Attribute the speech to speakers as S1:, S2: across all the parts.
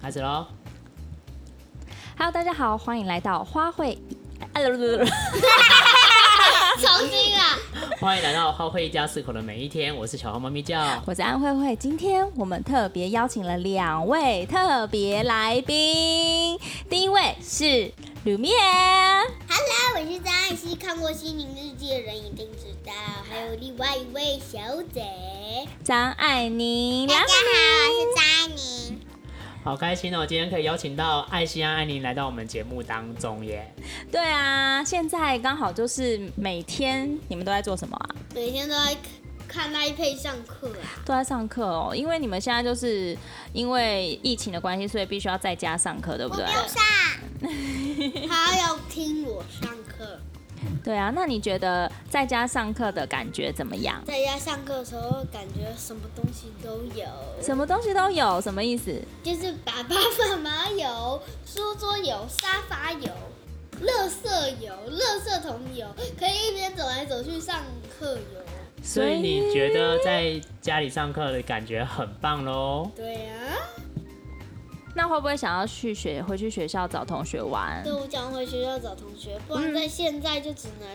S1: 开始喽！
S2: Hello，大家好，欢迎来到花卉。哎不不不不
S3: 重新啊！
S1: 欢迎来到花卉一家四口的每一天，我是小花猫咪叫。
S2: 我是安慧慧，今天我们特别邀请了两位特别来宾，第一位是吕面，
S3: 那我是张爱希，看过《心灵日记》的人一定知道，还有另外一位小姐。
S2: 张爱宁，
S3: 大家好，我是张爱宁。
S1: 好开心哦，今天可以邀请到艾希安、艾妮来到我们节目当中耶。
S2: 对啊，现在刚好就是每天你们都在做什么啊？
S3: 每天都在看那一配上课啊，
S2: 都在上课哦，因为你们现在就是因为疫情的关系，所以必须要在家上课，对不对？
S3: 上， 他要听我上课。
S2: 对啊，那你觉得在家上课的感觉怎么样？
S3: 在家上课的时候，感觉什么东西都有，
S2: 什么东西都有，什么意思？
S3: 就是爸爸妈妈有，书桌有，沙发有，垃圾有，垃圾桶有，可以一边走来走去上课有。
S1: 所以你觉得在家里上课的感觉很棒喽？
S3: 对啊，
S2: 那会不会想要去学回去学校找同学玩
S3: 对？我想回学校找同学，不然在现在就只能、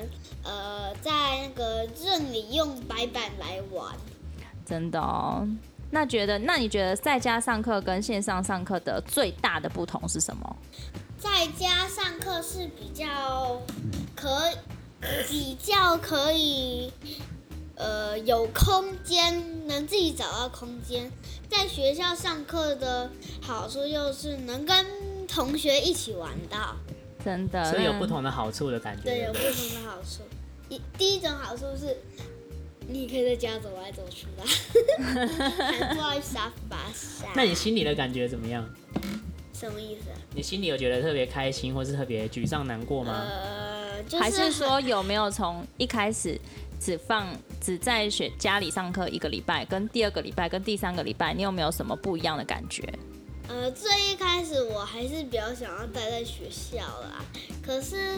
S3: 呃在那个镇里用白板来玩。
S2: 真的哦。那觉得，那你觉得在家上课跟线上上课的最大的不同是什么？
S3: 在家上课是比较可比较可以，呃，有空间，能自己找到空间。在学校上课的好处就是能跟同学一起玩到，
S2: 真的，
S1: 所以有
S2: 那
S1: 不。同的好处的感觉。
S3: 对，
S1: 对
S3: 有
S1: 不
S3: 不
S1: 对
S3: 同的好处。一第一种好处是，你可以在家走来走去 啦，还坐在沙发上。
S1: 那你心里的感觉怎么样？
S3: 什么意思啊？
S1: 你心里有觉得特别开心，或是特别沮丧、难过吗？
S3: 呃，就是
S2: 啊还是说有没有从一开始只放只在学家里上课一个礼拜，跟第二个礼拜跟第三个礼拜，你有没有什么不一样的感觉？
S3: 呃，最一开始我还是比较想要待在学校啦，可是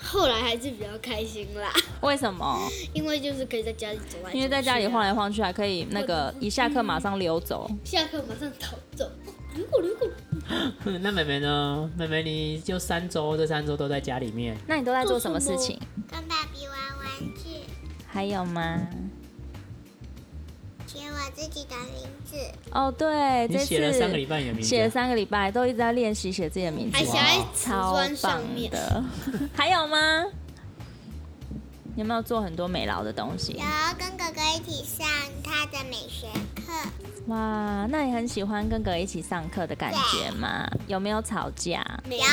S3: 后来还是比较开心啦，
S2: 为什么？
S3: 因为就是可以在家里走来走去啊，
S2: 因为在家里晃来晃去，还可以那个一下课马上溜走。
S3: 下课马上逃走，如果如果呃
S1: 那妹妹呢？妹妹你就三周，这三周都在家里面。
S2: 那你都在做什么事情？
S4: 跟爸比玩玩具，
S2: 还有吗？
S4: 写我自己的名字。
S2: 哦，对，
S1: 你
S2: 这
S1: 写了
S2: 次
S1: 三个礼拜你的名字，啊
S2: 写了三个礼拜，都一直在练习写自己的名字，
S3: 还写在瓷
S2: 超
S3: 砖
S2: 棒
S3: 上面，
S2: 的。 还有吗？你有没有做很多美劳的东西
S4: 有？跟哥哥一起上他的美学课，
S2: 哇，那你很喜欢跟哥一起上课的感觉吗？有没有吵架？
S3: 没
S4: 有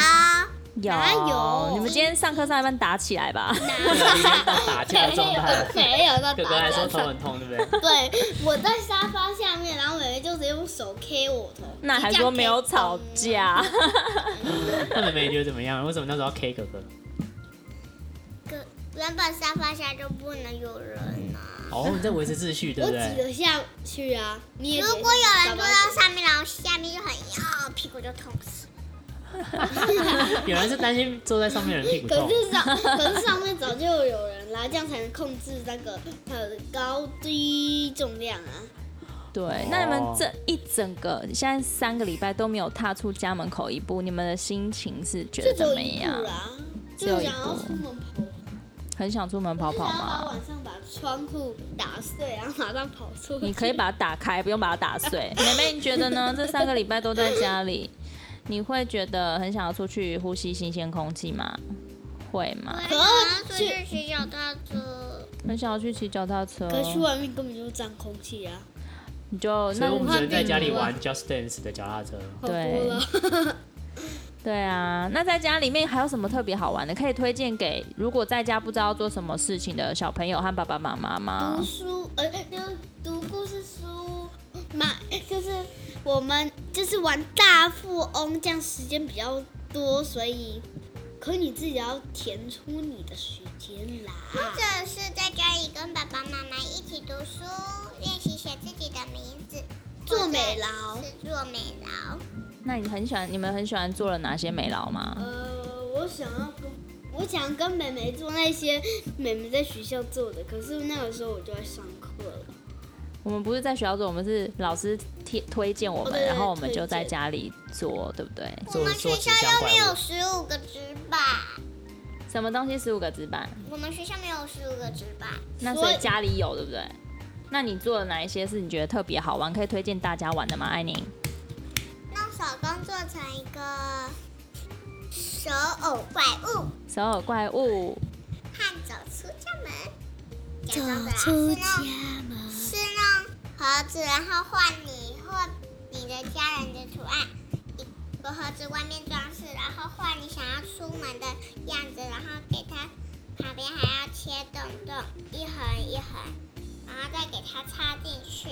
S2: 有。
S3: 哪有
S2: 你们今天上课上一半打起来吧？
S1: 今天到打架的状态。
S3: 没有到
S1: 哥哥还
S3: 打架
S1: 说头
S3: 上。
S1: 很痛，对不对？
S3: 对，我在沙发下面，然后妹妹就直接用手 K 我头，
S2: 那还说没有吵 架？
S1: 那妹妹你觉得怎么样？为什么那时候要 K 哥哥？
S4: 哥，原本沙发下就不能有人呢、
S1: 哦，你在维持秩序，对
S3: 我
S1: 不
S3: 挤
S1: 对？
S3: 得下去啊。你也
S4: 如果有人坐到上面，然后下面就很硬，屁股就痛死。
S1: 有人是担心坐在上面的人屁股
S3: 可
S1: 痛，
S3: 是上，可是上面早就有人啦，这样才能控制那个它的高低重量啊。
S2: 对，那你们这一整个现在三个礼拜都没有踏出家门口一步，你们的心情是觉
S3: 就
S2: 得
S3: 只
S2: 怎
S3: 有
S2: 么
S3: 一
S2: 样
S3: 步？啦，
S2: 只
S3: 就
S2: 有一
S3: 想
S2: 步
S3: 要出门跑，
S2: 很想出门跑跑
S3: 就想要把
S2: 吗？
S3: 晚上把窗户打碎，然后马上跑出去。
S2: 你可以把它打开，不用把它打碎。妹妹，你觉得呢？这三个礼拜都在家里，你会觉得很想要出去呼吸新鲜空气吗？会吗？
S3: 可是
S4: 出去洗脚踏车，
S2: 很想要去骑脚踏车，
S3: 可是
S1: 哦
S3: 去外面根本就是脏空气啊，
S2: 你就
S1: 所
S2: 那
S1: 以我
S2: 你
S1: 们只能在家里玩 Just Dance 的脚踏车。
S3: 好多了。
S2: 对啊，那在家里面还有什么特别好玩的可以推荐给如果在家不知道做什么事情的小朋友和爸爸妈妈吗
S3: 读？书，呃，就是读故事书，买就是我们就是玩大富翁，这样时间比较多，所以可你自己要填出你的时间啦。
S4: 或者是在家里跟爸爸妈妈一起读书，练习写自己的名字，
S3: 做美劳
S4: 或者是做美劳。
S2: 那你很喜欢，你们很喜欢做了哪些美劳吗？
S3: 呃，我想要跟，我想跟妹妹做那些妹妹在学校做的，可是那个时候我就在上课了。
S2: 我们不是在学校做，我们是老师推推荐我
S3: 哦对
S2: 们，
S3: 对对
S2: 然后我们就
S3: 推荐
S2: 在家里做，对不对？
S4: 我
S1: 做
S4: 们
S1: 做
S4: 学
S1: 纸
S4: 校
S1: 箱
S4: 又
S1: 怪
S4: 没有
S1: 物。
S4: 十五个纸板，
S2: 什么东西十五个纸板？
S4: 我们学校没有十五个纸板。
S2: 那
S3: 所以
S2: 所以家里有，对不对？那你做了哪一些是你觉得特别好玩，可以推荐大家玩的吗？艾宁，
S4: 用手工做成一个手偶怪物，
S2: 首尔怪物，
S4: 和走出家门，假装的啊
S3: 出
S4: 是
S3: 家
S4: 弄
S3: 门，
S4: 是弄盒子，然后换你或你的家人的图案，一个盒子外面装饰，然后换你想要出门的样子，然后给它旁边还要切洞洞，一横一横，然后再给它插进去，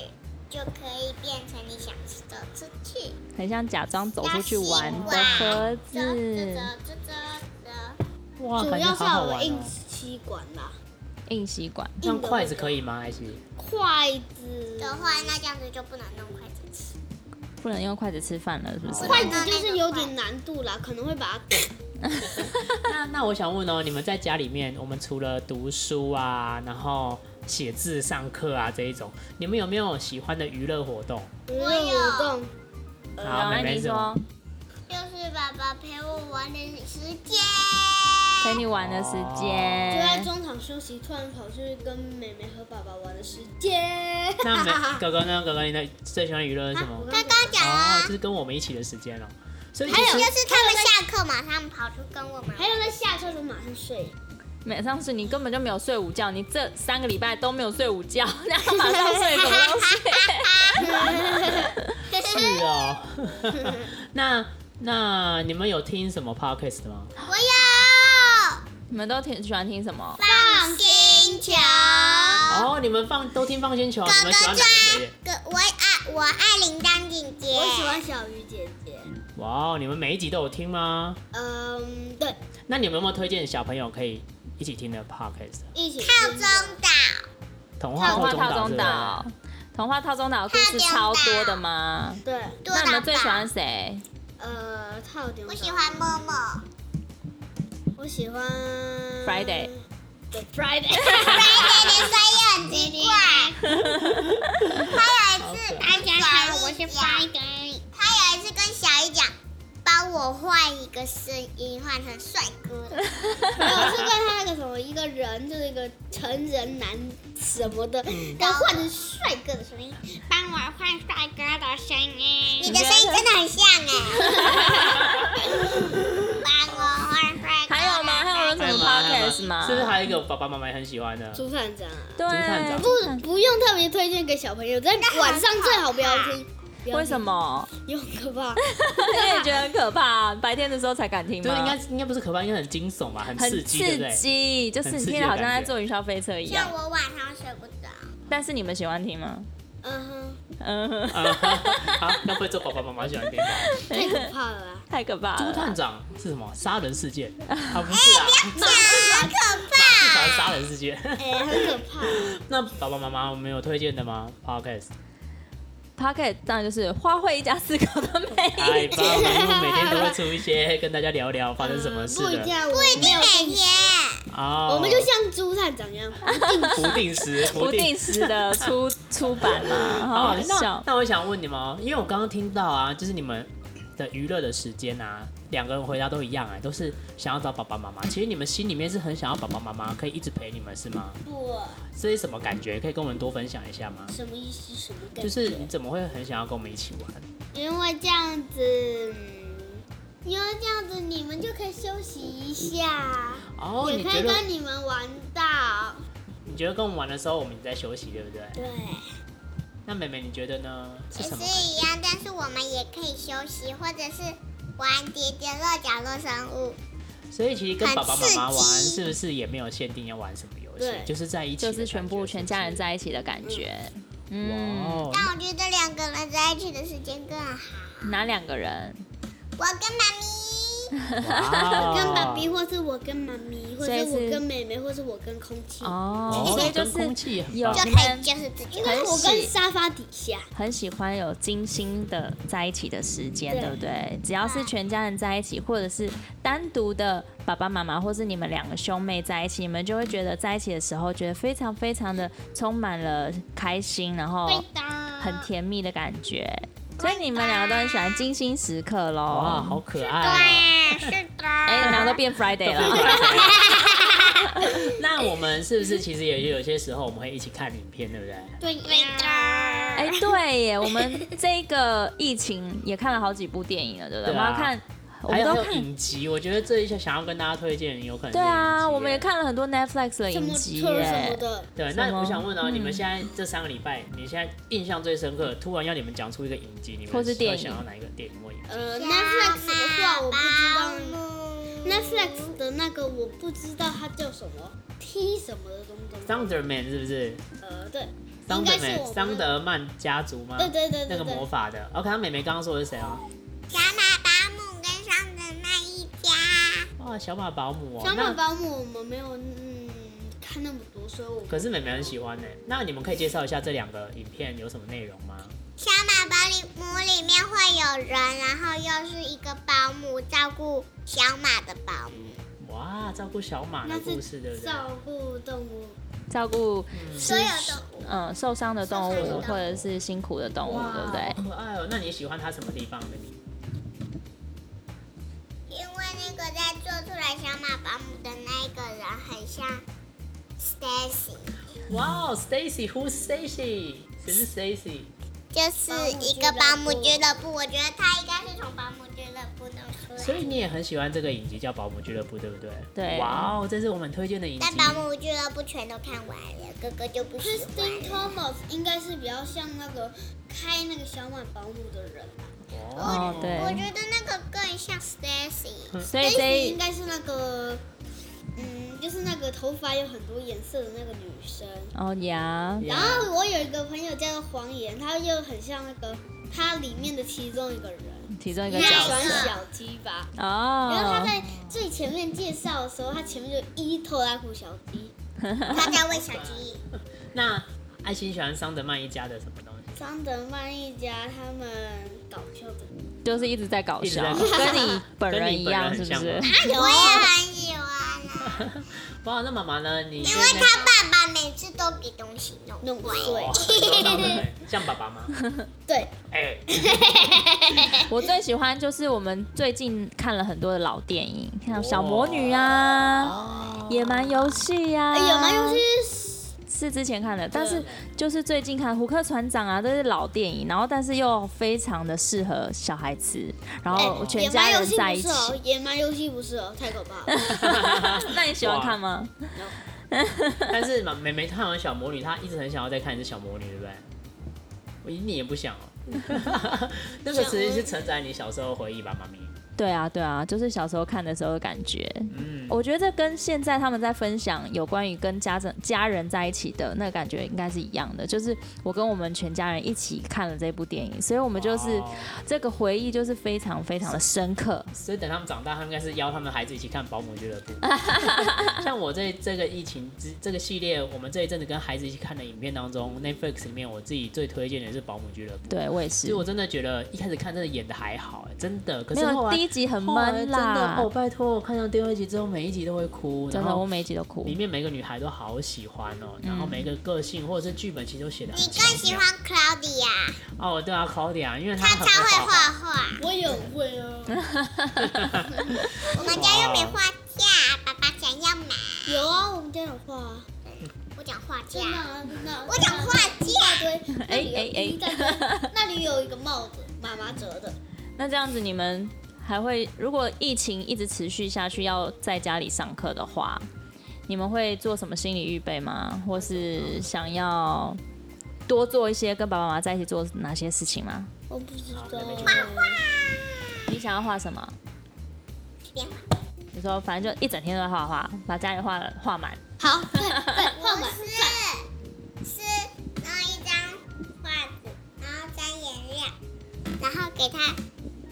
S4: 就可以变成你想走出去。
S2: 很像假装走出去玩的
S4: 要
S2: 盒
S4: 走走
S2: 子，
S4: 走走走。
S1: 哇，
S3: 主
S1: 感觉
S3: 要是
S1: 好好
S3: 要有
S1: 玩
S3: 硬
S1: 哦。
S3: 吸管啦，
S2: 硬吸管。
S1: 那
S3: 硬的
S1: 筷子可以吗？还是
S3: 筷子
S4: 的话，那这样子就不能弄筷子吃。
S2: 不能用筷子吃饭了，是不是？
S3: 筷子就是有点难度啦，可能会把 它
S1: 那那我想问哦，你们在家里面，我们除了读书啊，然后写字、上课啊这一种，你们有没有喜欢的娱乐活动？
S3: 我有动。呃
S1: 好，妹
S2: 艾
S1: 妹
S2: 宁
S1: 是吗
S2: 说？
S4: 就是爸爸陪我玩的时间，
S2: 陪你玩的时
S3: 就在
S1: 哎
S2: 间，
S3: 中场休息，突然跑去跟妹妹和爸爸玩的时间。
S1: 那 没哥哥呢？哥哥，你的最喜欢的娱乐是什么？
S3: 啊我
S4: 刚刚讲
S1: 哦，就
S4: 了，
S1: 是跟我们一起的时间哦。所以其
S4: 还有
S1: 实
S4: 就是他们下课马上跑出跟我们玩，
S3: 还有在下车时候马上睡，
S2: 每上次你根本就没有睡午觉，你这三个礼拜都没有睡午觉，然后马上睡什 么东 西？
S1: 是哦。 那那你们有听什么 podcast 吗？
S4: 我有
S2: 你们都挺喜欢听什么？
S4: 放星球，
S1: 哦，你们放都听放星球，啊你
S4: 哥
S1: 们
S4: 哥
S1: 喜欢哪个节
S4: 抓哥，我爱我爱铃铛姐姐，
S3: 我喜欢小鱼姐姐。
S1: 哇哦，你们每一集都有听吗？
S3: 嗯，对，
S1: 那你们有没有推荐小朋友可以一起听的 podcast？
S3: 一起
S4: 套中岛，
S1: 童话
S2: 童
S1: 或
S2: 话
S1: 中岛
S2: 套
S1: 之
S2: 中
S1: 类的
S2: 岛。，童话套中岛的故事超多的吗？
S3: 对，
S4: 多
S2: 那你
S4: 岛
S2: 们最喜欢
S4: 吧。
S2: 谁？
S3: 呃，套点。
S4: 我喜，欢默默，
S3: 我喜欢
S2: Friday。
S3: 对，Friday。
S4: 对对对，所以很奇怪。他有一次，他讲小我是 Friday，他有一次跟小姨讲，帮我换一个声音，换成帅哥的。
S3: 没有，是跟他那个什么一个人，就是一个成人男什么的，
S2: 嗯
S3: 然后换成帅哥的声音。
S4: 帮我换帅哥的声音。你
S2: 你
S4: 的
S2: 的
S4: 声
S2: 声
S4: 音
S2: 音
S4: 真
S2: 真
S4: 的很像
S2: 啊
S4: 哎。帮我换帅哥。
S2: 还有吗？还有人
S1: 还
S2: 什
S1: 有
S2: 么
S1: 吗还有
S2: podcast 吗
S1: 是？不是还有一个爸爸妈妈也很喜欢的？
S3: 朱善长啊，
S2: 对
S1: 竹炭长，
S3: 不不用特别推荐给小朋友，但晚上最好不要听。不要听
S2: 为什？么？
S3: 有很可怕。
S2: 你也觉得很可怕？白天的时候才敢听
S1: 就是应该
S2: 吗？
S1: 应该不是可怕，应该很惊悚吧，很
S2: 很
S1: 刺激，对不
S2: 刺
S1: 对？
S2: 激，就是
S1: 很
S2: 你
S1: 刺激
S2: 听了
S1: 的
S2: 好像
S1: 感
S2: 在
S1: 觉
S2: 坐云霄飞车一样
S4: 像。我晚上睡不着。
S2: 但是你们喜欢 听吗？
S3: 嗯哼，
S2: 嗯，
S1: 啊 好，那不会做爸爸妈妈喜欢 听吧？
S3: 太可怕了啊。
S2: 太可怕
S1: 朱
S2: 了。
S1: 探长是什么？杀人事 件？啊，不是啊，
S2: 哎
S4: 好可怕！
S1: 马 戏团杀人事件。
S3: 哎，很可 怕。
S1: 那爸爸妈妈没有推荐的吗？Podcast，
S2: Pocket 当然就是花卉一家四口的美
S1: 哎，
S2: 丽
S1: 爸爸妈妈每天都会出一些跟大家聊聊发生什么事
S3: 不一定
S1: 的
S3: 啊，不
S4: 不一定每天。
S1: 啊。
S3: 我们就像朱探长一样，
S1: 不定时，
S2: 不定时的出 出版嘛，好好
S1: 哦，那
S2: 笑。
S1: 那我想问你们哦，因为我刚刚听到啊，就是你们的娱乐的时间啊，两个人回答都一样哎、都是想要找爸爸妈妈。其实你们心里面是很想要爸爸妈妈可以一直陪你们是吗？
S3: 不
S1: 这是什么感觉？可以跟我们多分享一下吗？
S3: 什么意思？什么感觉？
S1: 就是你怎么会很想要跟我们一起玩？
S3: 因为这样子，嗯因为这样子你们就可以休息一下，
S1: 哦，
S3: 也
S1: 你
S3: 可
S1: 觉
S3: 以
S1: 得
S3: 跟你们玩到。
S1: 你觉得跟我们玩的时候我们在休息，对不对？
S3: 对，
S1: 那妹妹你觉得呢？是
S4: 也
S1: 什
S4: 是
S1: 么感觉？
S4: 一样，但是我们也可以休息，或者是玩叠叠乐、角落生物。
S1: 所以其实跟爸爸妈妈玩
S4: 很刺激
S1: 是不是也没有限定要玩什么游戏
S3: 对，
S1: 就是在一起的
S2: 就
S1: 感觉，
S2: 是全部全家人在一起的感
S1: 是
S2: 觉。
S1: 不是。哇
S2: 嗯，
S1: 哦，
S4: 但我觉得两个人在一起的时间更好。
S2: 哪两个人？
S4: 我跟妈咪。
S1: 哇哦哦
S3: 跟
S1: 啊
S3: 爸比，或是我跟妈咪，或是
S2: 所以
S3: 我
S2: 是
S3: 跟妹妹，或是我跟空气，
S2: 哦
S1: 哦，
S2: 所以就
S1: 跟空
S2: 是
S1: 气很
S2: 有
S1: 棒
S4: 就
S2: 你
S4: 可以
S2: 们
S4: 就是自己
S3: 因为
S2: 很
S3: 我跟
S2: 喜
S3: 沙发底下，
S2: 很喜欢有精心的在一起的时间，
S3: 对
S2: 对不对？只要是全家人在一起，或者是单独的爸爸妈妈，或是你们两个兄妹在一起，你们就会觉得在一起的时候，觉得非常非常的充满了开心，然后
S4: 对的，
S2: 很甜蜜的感觉。所以你们两个都很喜欢精心时刻喽。
S1: 哇，好啊可爱、哦。
S4: 对，啊是的。
S2: 哎，你们两个都变 Friday 了。
S1: 那我们是不是其实也有些时候我们会一起看影片，对不对？
S3: 对
S4: 对的，
S2: 哎，对耶，我们这个疫情也看了好几部电影了，对不对？
S1: 对啊
S2: 我们
S1: 还
S2: 要看，我
S1: 有
S2: 们都
S1: 还有
S2: 看
S1: 影集，我觉得这一下想要跟大家推荐，有可能是
S2: 对
S1: 影
S2: 啊，
S1: 集
S2: 我们也
S1: 耶。
S2: 看了很多 Netflix 的
S3: 什
S2: 影
S3: 么
S2: 集
S3: 车什么
S2: 耶。
S3: 的，
S1: 对，
S2: 什
S1: 那
S2: 么
S1: 我想问哦，
S2: 嗯
S1: 你们现在这三个礼拜，你现在印象最深刻，突然要你们讲出一个影集，你们
S2: 或是电影
S1: 会想要哪一个电影或影集？
S3: 呃，Netflix 的话我不知道，Netflix 的那个我不知道它叫什么，T 什么的东东，
S1: Thunderman 是不是？
S3: 呃，对，
S1: 桑
S3: 应
S1: 德
S3: 该是
S1: 曼，
S3: 我
S1: 桑
S3: 们的，
S1: 德曼家族吗？
S3: 对对对
S1: 那
S3: 对
S1: 个魔
S3: 对，
S1: 法的。OK，他妹妹刚刚说的是谁啊？
S4: 小马巴姆跟上的那一家，
S1: 哇，小马保姆哦。
S3: 小马
S1: 那
S3: 保姆我们没有嗯看那么多，所以我
S1: 可是妹妹很喜欢呢。欸那你们可以介绍一下这两个影片有什么内容吗？
S4: 小马保里姆里面会有人，然后又是一个保姆照顾小马的保姆，
S1: 哇，照顾小马的
S3: 那
S1: 故事，对不
S3: 是
S1: 对？
S3: 照顾动物，
S2: 照顾
S4: 所有的
S2: 嗯受伤的动
S4: 受伤的动
S2: 物
S4: 物
S2: 或者是辛苦的动物，对不对？
S1: 好可爱哦。那你喜欢它什么地方的你？
S4: 因为那个在做出来小马保姆的那一个人很像 Stacy，
S1: 哇、哦 s t a c y w h o s Stacy？谁是 Stacy？
S4: 就是一个保姆俱乐部。我觉得他应该是从保姆俱乐部弄出
S1: 所
S4: 来。
S1: 以你也很喜欢这个影集叫《保姆俱乐部》，对不对？
S2: 对
S1: 哇哦，这是我们推荐的影集
S4: 但。保姆俱乐部全都看完了，哥哥就不喜
S3: Christine
S4: 欢了。
S3: Thomas 应该是比较像那个开那个小马保姆的人吧，
S1: 哇
S2: 哦对
S4: 我觉得那个更像 Stacy。
S2: 所
S1: 哎
S2: 以这
S3: Daisy 应
S2: 一
S3: 该是那个，嗯，就是那个头发有很多颜色的那个女生。
S2: 哦呀，
S1: Yeah
S3: 然后我有一个朋友叫做黄妍，她又很像那个她里面的其中一个人，
S2: 其中一个
S3: 她
S2: 角
S3: 喜
S2: 色
S3: 欢小鸡吧。然后
S2: 哦，
S3: 她在最前面介绍的时候，她前面就一头拉苦小鸡，
S4: 他在喂小鸡。
S1: 那爱心喜欢桑德曼一家的什么东西？
S3: 桑德曼一家他们搞笑的。
S2: 就是一直在搞
S1: 一直
S2: 笑，
S1: 在搞
S2: 跟你本
S1: 跟
S2: 人
S1: 你
S2: 一
S1: 本人
S2: 样，
S1: 很
S2: 是不
S1: 像啊
S2: 是
S1: 吗？
S4: 我也很喜欢啊，
S1: 哇，那妈妈呢？你
S4: 因为他爸爸每次都给东西弄
S3: 弄
S4: 坏。
S3: 碎
S1: 哇收到了没像爸爸吗？
S3: 对，
S1: 哎、
S2: 我最喜欢就是我们最近看了很多的老电影，像《小魔女》啊，
S1: 哦
S2: 《野蛮游戏》啊，
S3: 哎，有吗？
S4: 嗯
S3: 又是
S2: 是之前看的，但是就是最近看《胡克船长》啊，都是老电影，然后但是又非常的适合小孩子，然后全
S3: 野
S2: 家
S3: 哎蛮游
S2: 人
S3: 戏
S2: 在一起
S3: 不是。哦，野蛮游戏不是哦，太可怕了。
S2: 那你喜欢看吗？
S1: 但是嘛，妹妹看完小魔女，她一直很想要再看一次小魔女，对不对？我你也不想哦。 那个其实是承载你小时候的回忆吧，妈咪。
S2: 对啊，对啊，就是小时候看的时候的感觉。
S1: 嗯，
S2: 我觉得这跟现在他们在分享有关于跟家长家人在一起的那个感觉应该是一样的，就是我跟我们全家人一起看了这部电影，所以我们就是
S1: 哇哦
S2: 这个回忆就是非常非常的深刻。
S1: 所以等他们长大，他们应该是邀他们的孩子一起看《保姆俱乐部》。 像我在这个疫情之这个系列，我们这一阵子跟孩子一起看的影片当中，Netflix 里面我自己最推荐的是《保姆俱乐部》。
S2: 对我也
S1: 其
S2: 是
S1: 实，我真的觉得一开始看真的演的还好、哎，真的。可
S2: 没
S1: 是后
S2: 有
S1: 来
S2: 第一集很
S1: 后来
S2: 闷
S1: 真
S2: 啦
S1: 的，哦，拜托，我看到第二集之后，每一集都会哭，
S2: 真
S1: 然
S2: 的，
S1: 后
S2: 我嗯每一集都哭
S1: 里。面每个女孩都好喜欢哦，然后每个个性或者是剧本其实都写的很
S4: 你
S1: 巧妙。
S4: 更喜欢 Claudia，
S1: 哦，对啊，Claudia，因为她
S4: 他超
S1: 很会
S4: 会画
S1: 画
S4: 画。
S3: 我也会哦，
S4: 我们家又没画架，爸爸想要买。
S3: 有啊，我们家有画啊，
S4: 我讲画
S3: 真的
S4: 架，
S3: 啊真的啊。
S4: 我讲画架。
S3: 对，
S2: 哎哎哎
S3: 哎，那里有一个帽子，妈妈折的，
S2: 那这样子，你们还会如果疫情一直持续下去，要在家里上课的话，你们会做什么心理预备吗？或是想要多做一些跟爸爸妈妈在一起做哪些事情吗？
S3: 我不知
S1: 好
S3: 道欸
S1: 那边就。
S2: 你想要画什么？
S4: 变化
S2: 你说反正就一整天都在画画，把家里画画满。
S3: 好，对对，
S4: 不
S3: 画满。
S4: 是，是弄一张画纸，然后沾颜料，然后给它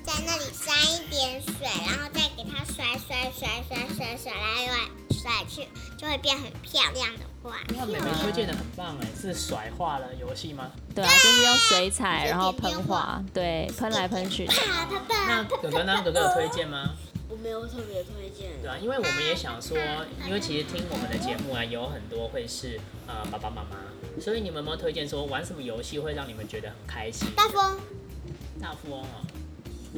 S4: 在在那里沾一点水，然后再给它甩甩甩甩甩甩来来甩去，就会变很漂亮的画。
S1: 哇，妹妹推荐的很棒哎，是甩画的游戏吗？
S2: 对啊，就是用水彩，
S4: 就
S2: 然后
S4: 点点
S2: 喷画，对，喷来喷去的。
S4: 啪啪
S1: 那
S4: 啪！
S1: 哥哥呢？哥哥有推荐吗？
S3: 我没有特别推荐。
S1: 对啊，因为我们也想说，因为其实听我们的节目啊，有很多会是呃爸爸妈妈，所以你们有没有推荐说玩什么游戏会让你们觉得很开心？
S4: 大风，
S1: 大富翁哦，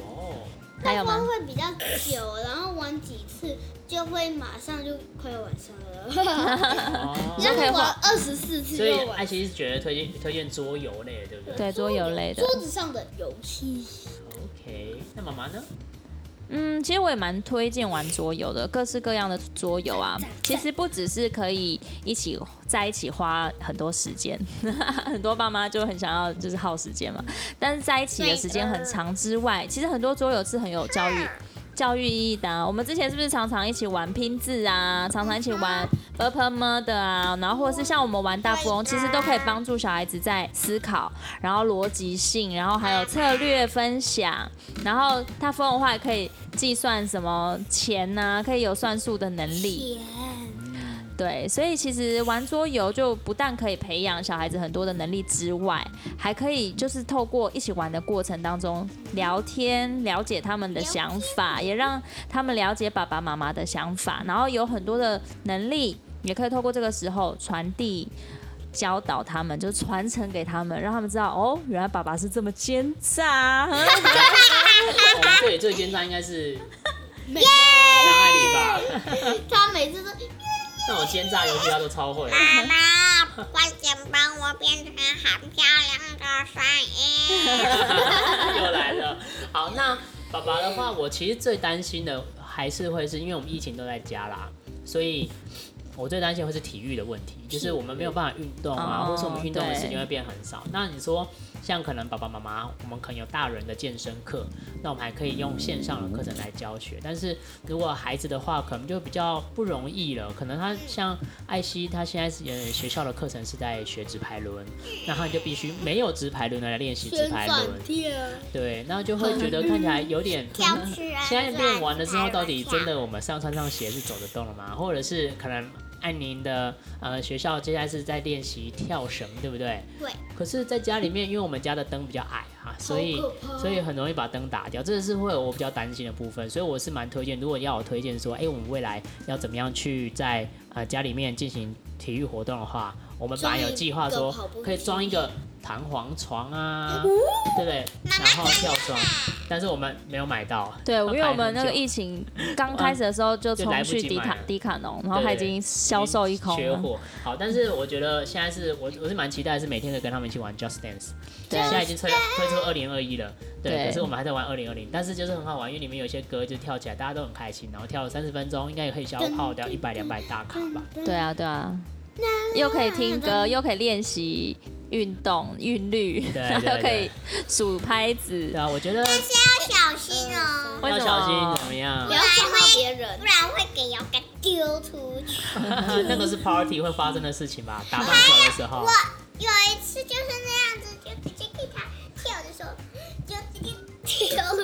S1: 哦，
S2: 还有吗
S3: 那？会比较久，然后玩几次就会马上就快要晚上了，
S1: 哦，
S2: 就可以
S3: 玩
S2: 画
S3: 二十四次
S1: 所以
S3: 就
S1: 艾
S3: 晚上。
S1: 琪是觉得推荐推荐桌游类，对不对？
S2: 对，桌游类的。
S3: 桌子上的游戏，
S1: OK，那妈妈呢？
S2: 嗯，其实我也蛮推荐玩桌游的，各式各样的桌游啊。其实不只是可以一起在一起花很多时间， 很多爸妈就很想要就是耗时间嘛，但是在一起的时间很长之外，其实很多桌游是很有教育。教育意义的啊、我们之前是不是常常一起玩拼字啊，常常一起玩 Purple Murder 啊，然后或者是像我们玩大富翁，其实都可以帮助小孩子在思考，然后逻辑性，然后还有策略分享，然后大富翁的话也可以计算什么钱呐、可以有算术的能力。对，所以其实玩桌游就不但可以培养小孩子很多的能力之外，还可以就是透过一起玩的过程当中聊天，了解他们的想法，也让他们了解爸爸妈妈的想法，然后有很多的能力，也可以透过这个时候传递。教导他们，就传承给他们，让他们知道哦，原来爸爸是这么奸诈。啊
S1: 我们哦这里最奸诈应该是
S3: 每
S1: 张爱玲吧？
S3: 他每次都
S1: 那种奸诈游戏她都超会。
S4: 妈妈，快点帮我变成很漂亮的声音。
S1: 又来了。好，那爸爸的话，我其实最担心的还是会是因为我们疫情都在家啦，所以我最担心会是体育的问题，就是我们没有办法运动啊，
S2: 哦
S1: 或是我们运动的时
S2: 对
S1: 间会变很少。那你说，像可能爸爸妈妈，我们可能有大人的健身课，那我们还可以用线上的课程来教学。但是如果孩子的话，可能就比较不容易了。可能他像艾希，他现在是呃学校的课程是在学直排轮，那他就必须没有直排轮的来练习直
S3: 旋
S1: 排轮
S3: 转。啊跳，
S1: 对，那就会觉得看起来有点
S4: 跳去啊
S1: 嗯现在练完了之后，到底真的我们上穿上鞋是走得动了吗？或者是可能按您的呃学校接下来是在练习跳绳，对不对？
S4: 对。
S1: 可是，在家里面，因为我们家的灯比较矮啊，所以
S3: 好可怕
S1: 所以很容易把灯打掉，这是会有我比较担心的部分。所以我是蛮推荐，如果要我推荐说，哎、我们未来要怎么样去在呃家里面进行体育活动的话，我们本来有计划说
S3: 装一个跑步机
S1: 可以装一个弹簧床啊，对不对？然后跳床，但是我们没有买到。
S2: 对，因为我们那个
S1: 一
S2: 疫情刚开始的时候 就
S1: 就来
S2: 冲
S1: 不及
S2: 去迪
S1: 买
S2: 卡
S1: 了
S2: 迪卡侬，然后它已经销售一空
S1: 缺
S2: 了。
S1: 货。好，但是我觉得现在是我我是蛮期待，是每天可以跟他们一起玩 Just Dance。
S2: 对
S1: 现在已经推推出二零二一了，对，
S2: 对
S1: 可是我们还在玩二零二零，但是就是很好玩，因为里面有一些歌就跳起来，大家都很开心，然后跳了三十分钟，应该也可以消耗掉一百两百大卡吧。
S2: 对啊，对啊，又可以听歌，又可以练习运动韵律，
S1: 对
S2: 然后 又
S1: 对
S2: 可
S1: 对
S2: 以数拍子
S1: 对。啊，我觉得
S4: 要小心哦，
S2: 为
S1: 要
S2: 什
S1: 小心
S2: 么
S1: 怎么样
S3: 不？要伤到别人
S4: 不。然会给姚哥丢 出去。
S1: 那个是 party 会发生的事情吧？打棒球的时候
S4: 我，有一次就是那样子，就直接给他跳的时候，就直接跳出。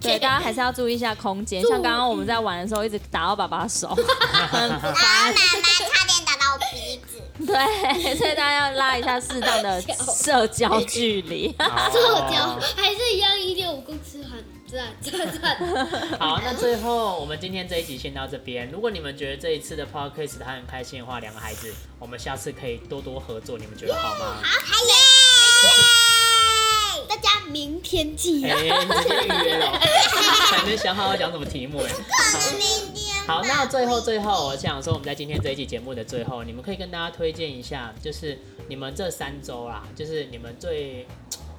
S2: 对，大家还是要注意一下空间。像刚刚我们在玩的时候，一直打到爸爸的手， 很
S4: 然后妈妈差点打到我鼻子，
S2: 对，所以大家要拉一下适当的社交距离。
S3: 社交还是一样一点五公尺，很赞赞赞。
S1: 好，那最后我们今天这一集先到这边。如果你们觉得这一次的 podcast 他很开心的话，两个孩子，我们下次可以多多合作，你们觉得好吗？
S4: 耶！
S3: 大家明天见
S1: 哎、。你直接预约了哦， 还没想好要讲什么题目哎。
S4: 明天
S1: 好，那最后最后，我想说，我们在今天这一期节目的最后，你们可以跟大家推荐一下，就是你们这三周啦，就是你们最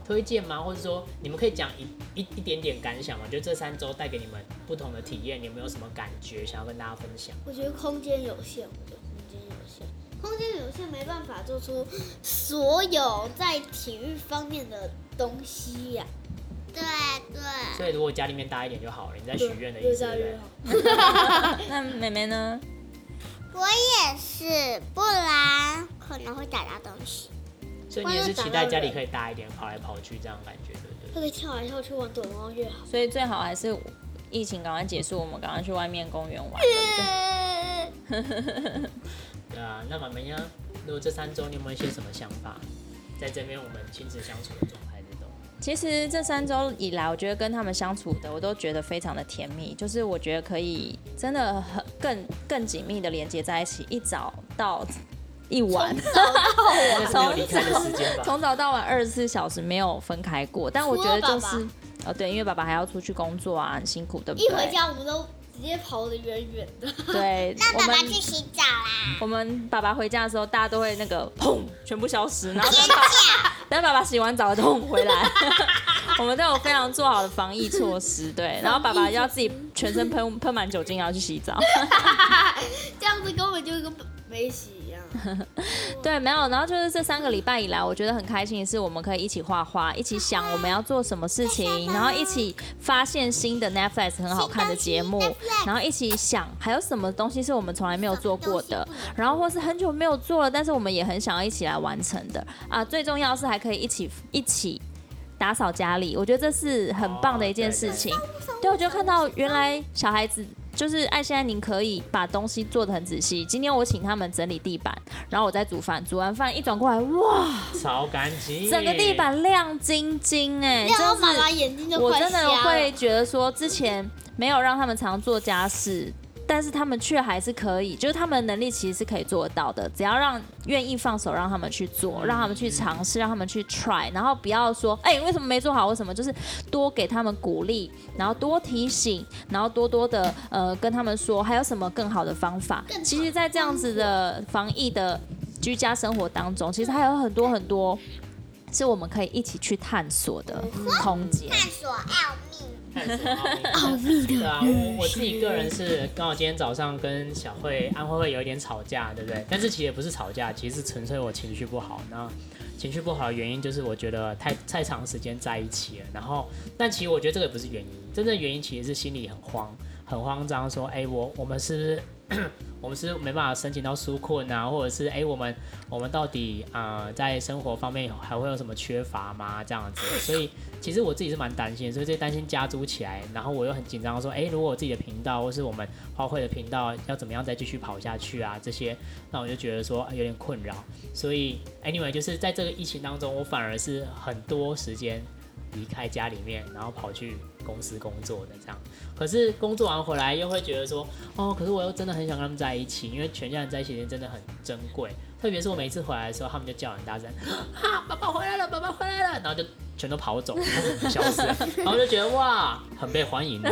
S1: 推荐吗？或者说，你们可以讲一一一点点感想吗？就这三周带给你们不同的体验，你们有什么感觉想要跟大家分享？
S3: 我觉得空间有限，我觉得空间有限，空间有限没办法做出所有在体育方面的东西呀、
S4: 对对，
S1: 所以如果家里面大一点就好了，你在许愿的意
S3: 越
S1: 思
S3: 大
S1: 对不对
S3: 越？好。
S2: 那妹妹呢？
S4: 我也是，不然可能会打到东西。
S1: 所以你也是期待家里可以大一点，跑来跑去这样的感觉，对不对？
S3: 那个跳来跳去玩躲猫猫越好。
S2: 所以最好还是疫情赶快结束，我们赶快去外面公园玩，对
S1: 对啊，那么明呢？如果这三周你有没有一些什么想法？在这边我们亲子相处的状态之中，
S2: 不对？其实这三周以来，我觉得跟他们相处的，我都觉得非常的甜蜜，就是我觉得可以真的很更更紧密的连接在一起，一早到一晚，
S1: 应该是没有离开的时间吧？
S2: 从早到晚二十四小时没有分开过。但我觉得就
S3: 除了
S2: 是，呃，对，因为爸爸还要出去工作啊，很辛苦，对不对？
S3: 一回家我们都直接跑得远远的。
S2: 对，
S4: 让
S2: 我
S4: 爸
S2: 们
S4: 爸去洗澡啦，
S2: 我们爸爸回家的时候，大家都会那个砰，全部消失，然后
S4: 尖
S2: 等爸
S4: 叫。
S2: 等爸爸洗完澡痛回来， 我们都有非常做好的防疫措施，对，然后爸爸要自己全身喷喷满酒精，然后去洗澡，
S3: 这样子根本就跟没洗一 样。
S2: 对，没有，然后就是这三个礼拜以来，我觉得很开心的是，我们可以一起画画，一起想我们要做什么事情，然后一起发现新的 Netflix 很好看的节目
S4: 新东西，Netflix，
S2: 然后一起想还有什么东西是我们从来没有做过的，然后或是很久没有做了，但是我们也很想要一起来完成的啊。最重要是还可以一起一起打扫家里，我觉得这是很棒的一件事情。对，我就看到原来小孩子。就是爱现在，您可以把东西做的很仔细。今天我请他们整理地板，然后我再煮饭。煮完饭一转过来，哇，
S1: 超干净，
S2: 整个地板亮晶晶哎、
S3: 然后
S2: 真
S3: 妈
S2: 是
S3: 妈眼睛就
S2: 我
S3: 快
S2: 真
S3: 瞎
S2: 的
S3: 了。
S2: 会觉得说，之前没有让他们常做家事，但是他们却还是可以，就是他们的能力其实是可以做得到的，只要让愿意放手让他们去做，
S3: 嗯
S2: 让他们去尝试，让他们去 try，然后不要说，哎、为什么没做好？为什么？就是多给他们鼓励，然后多提醒，然后多多的呃跟他们说还有什么更好的方法。其实，在这样子的防疫的居家生活当中，其实还有很多很多。是我们可以一起去探索的
S3: 嗯
S2: 空间。
S4: 探索奥秘，
S1: 探索奥秘的。对啊，我我自己个人是刚好今天早上跟小慧、安慧慧有一点吵架，对不对？但是其实也不是吵架，其实是纯粹我情绪不好。那情绪不好的原因就是我觉得太太长时间在一起了，然后但其实我觉得这个也不是原因，真正原因其实是心里很慌，很慌张，说哎、我我们是不是 我们是没办法申请到纾困啊，或者是哎、我们我们到底啊、呃在生活方面还会有什么缺乏吗？这样子，所以其实我自己是蛮担心的，所以这担心加租起来，然后我又很紧张，说，哎、如果我自己的频道或是我们花卉的频道要怎么样再继续跑下去啊，这些，那我就觉得说、呃有点困扰。所以 anyway，就是在这个疫情当中，我反而是很多时间离开家里面，然后跑去公司工作的这样。可是工作完回来又会觉得说，哦，可是我又真的很想跟他们在一起，因为全家人在一起时间真的很珍贵。特别是我每一次回来的时候，他们就叫很大声，啊，爸爸回来了，爸爸回来了，然后就全都跑走， 消失了。然后我就觉得哇，很被欢迎的，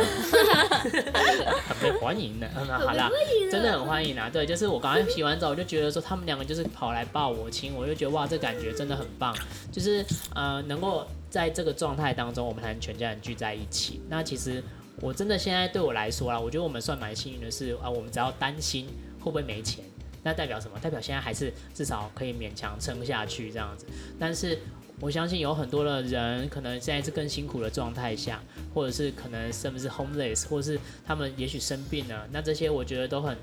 S1: 很被欢迎的。嗯，好啦，真的很欢迎啊。对，就是我刚刚洗完澡，我就觉得说他们两个就是跑来抱我亲，我就觉得哇，这感觉真的很棒。就是呃，能够在这个状态当中，我们还能全家人聚在一起。那其实我真的现在对我来说啊啦，我觉得我们算蛮幸运的是啊、我们只要担心会不会没钱，那代表什么？代表现在还是至少可以勉强撑下去这样子。但是我相信有很多的人可能现在是更辛苦的状态下，或者是可能甚至是 homeless，或是他们也许生病了，那这些我觉得都很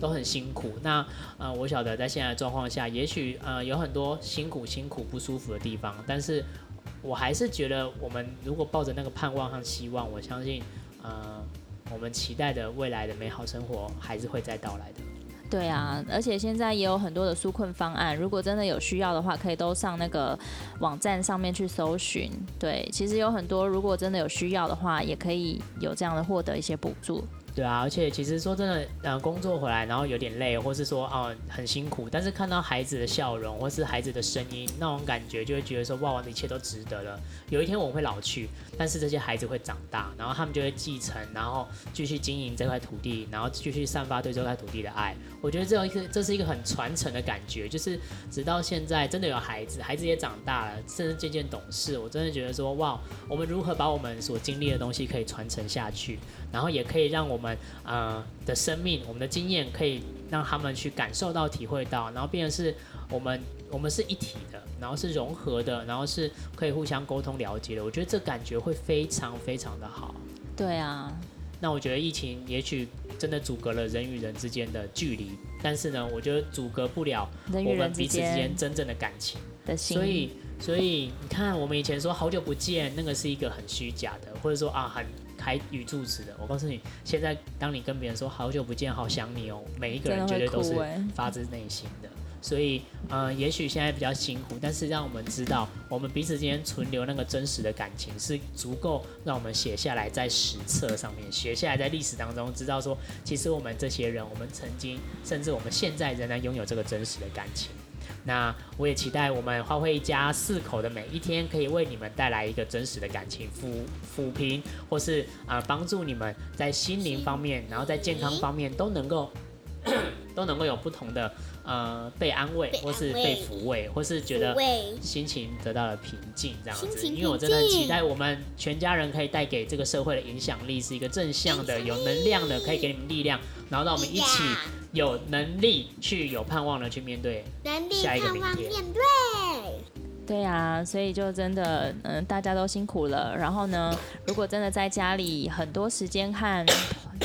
S1: 都很辛苦。那呃，我晓得在现在的状况下，也许呃有很多辛苦、辛苦不舒服的地方，但是我还是觉得，我们如果抱着那个盼望和希望，我相信，呃，我们期待的未来的美好生活还是会再到来的。
S2: 对啊，而且现在也有很多的纾困方案，如果真的有需要的话，可以都上那个网站上面去搜寻。对，其实有很多，如果真的有需要的话，也可以有这样的获得一些补助。
S1: 对啊，而且其实说真的，呃，工作回来然后有点累，或是说啊、很辛苦，但是看到孩子的笑容或是孩子的声音，那种感觉就会觉得说哇，一切都值得了。有一天我们会老去，但是这些孩子会长大，然后他们就会继承，然后继续经营这块土地，然后继续散发对这块土地的爱。我觉得这有一个，这是一个很传承的感觉，就是直到现在真的有孩子，孩子也长大了，甚至渐渐懂事。我真的觉得说哇，我们如何把我们所经历的东西可以传承下去，然后也可以让我们呃的生命、我们的经验，可以让他们去感受到、体会到，然后变成是我们我们是一体的，然后是融合的，然后是可以互相沟通了解的。我觉得这感觉会非常非常的好。
S2: 对啊，
S1: 那我觉得疫情也许真的阻隔了人与人之间的距离，但是呢，我觉得阻隔不了
S2: 人
S1: 我
S2: 与
S1: 们
S2: 人
S1: 彼
S2: 之
S1: 此之间
S2: 间
S1: 真正的感情。
S2: 的心，
S1: 所以所以你看，我们以前说好久不见，那个是一个很虚假的，或者说啊很开语助词的。我告诉你，现在当你跟别人说好久不见，好想你哦，每一个人绝对都是
S2: 真的会哭欸
S1: 发自内心的。所以，呃，也许现在比较辛苦，但是让我们知道，我们彼此之间存留那个真实的感情，是足够让我们写下来在史册上面，写下来在历史当中，知道说，其实我们这些人，我们曾经，甚至我们现在仍然拥有这个真实的感情。那我也期待我们花卉一家四口的每一天，可以为你们带来一个真实的感情抚抚平，或是啊、呃帮助你们在心灵方面，然后在健
S3: 嗯
S1: 康方面都能够 都能够有不同的呃被安慰，
S3: 被
S1: 或是
S3: 安慰
S1: 被抚慰，或是觉得
S3: 喂，
S1: 心情得到了平静这样
S3: 心
S1: 子。
S3: 情
S1: 因为我真的很期待我们全家人可以带给这个社会的影响力是一个正向的、
S3: 影响力
S1: 有能量的，可以给你们力量，然后让我们一起
S3: 力量
S1: 有能力去有盼望的去面对
S3: 能力
S1: 下一个
S3: 盼
S1: 明
S3: 望
S1: 天
S3: 面对。
S2: 对呀、所以就真的，嗯、大家都辛苦了。然后呢，如果真的在家里很多时间和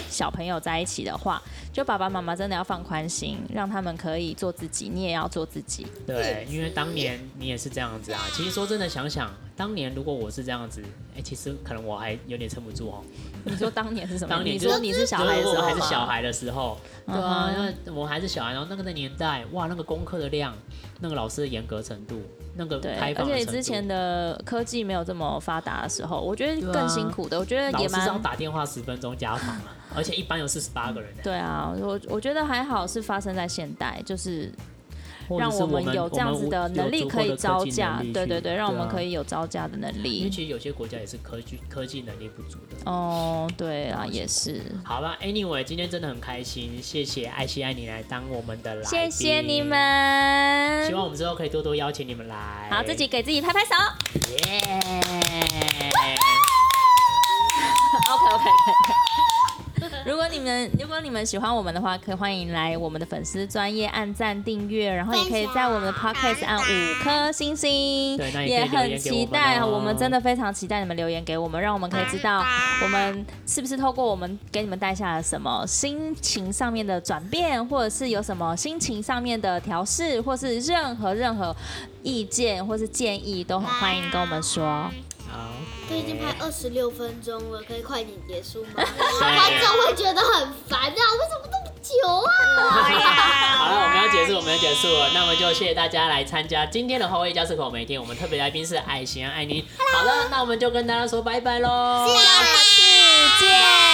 S2: 小朋友在一起的话，就爸爸妈妈真的要放宽心，让他们可以做自己，你也要做自己。
S3: 嗯
S1: 对，因为当年你也是这样子啊。其实说真的，想想当年如果我是这样子，哎、其实可能我还有点撑不住哦。
S2: 你说当年是什么？
S1: 当年
S2: 你
S1: 就是
S2: 说你是小
S1: 就是
S2: 孩的
S1: 如
S2: 时候
S1: 果我
S2: 吗
S1: 还是小，孩的时候，对啊，
S2: 嗯哼
S1: 那我还是小孩，然后那个的年代，哇，那个功课的量，那个老师的严格程度，那个
S2: 对，
S1: 开
S2: 而
S1: 放
S2: 且
S1: 的程度，
S2: 之前的科技没有这么发达的时候，我觉
S1: 对
S2: 得
S1: 啊
S2: 更辛苦的。我觉得
S1: 老
S2: 也
S1: 师是要
S2: 蛮
S1: 打电话十分钟家访啊，而且一般有四十八个 人、欸，
S2: 对啊，我我觉得还好是发生在现代，就是
S1: 或者
S2: 让
S1: 是
S2: 我
S1: 我
S2: 们有这样子的
S1: 们有
S2: 能力
S1: 足够
S2: 可以
S1: 的科技
S2: 招
S1: 能
S2: 架
S1: 力，去
S2: 对对对，让我们
S1: 啊
S2: 可以有招架的能
S1: 因为
S2: 力。
S1: 其实有些国家也是科技科技能力不足的，
S2: 哦，对啊，也是，
S1: 好吧，Anyway，今天真的很开心，谢谢艾希艾你来当我们的来
S2: 谢
S1: 宾
S2: 谢你，们
S1: 希。望我们之后可以多多邀请你们来。
S2: 好，自己给自己拍拍手。
S1: 耶。
S2: OK OK OK。如果你们如果你们喜欢我们的话，可以欢迎来我们的粉丝专业按赞订阅，然后也可以在我们的 Podcast 按五颗星星
S1: 对那，也
S2: 也
S1: 可以留言给我们哦
S2: 很期待，我们真的非常期待你们留言给我们，让我们可以知道我们是不是透过我们给你们带下了什么心情上面的转变，或者是有什么心情上面的调试，或是任何任何意见或是建议，都很欢迎跟我们说。
S1: 好，
S3: 都已经拍二十六分钟了，可以快点结束吗？观
S1: 对
S3: 众会觉得很烦啊，为什么这么久啊？
S1: 好了，我们要结束，我们要结束了。那么就谢谢大家来参加今天的花卉家四口每天，我们特别来宾是啊艾希安艾妮。好了，那我们就跟大家说拜拜喽。
S3: 下次见。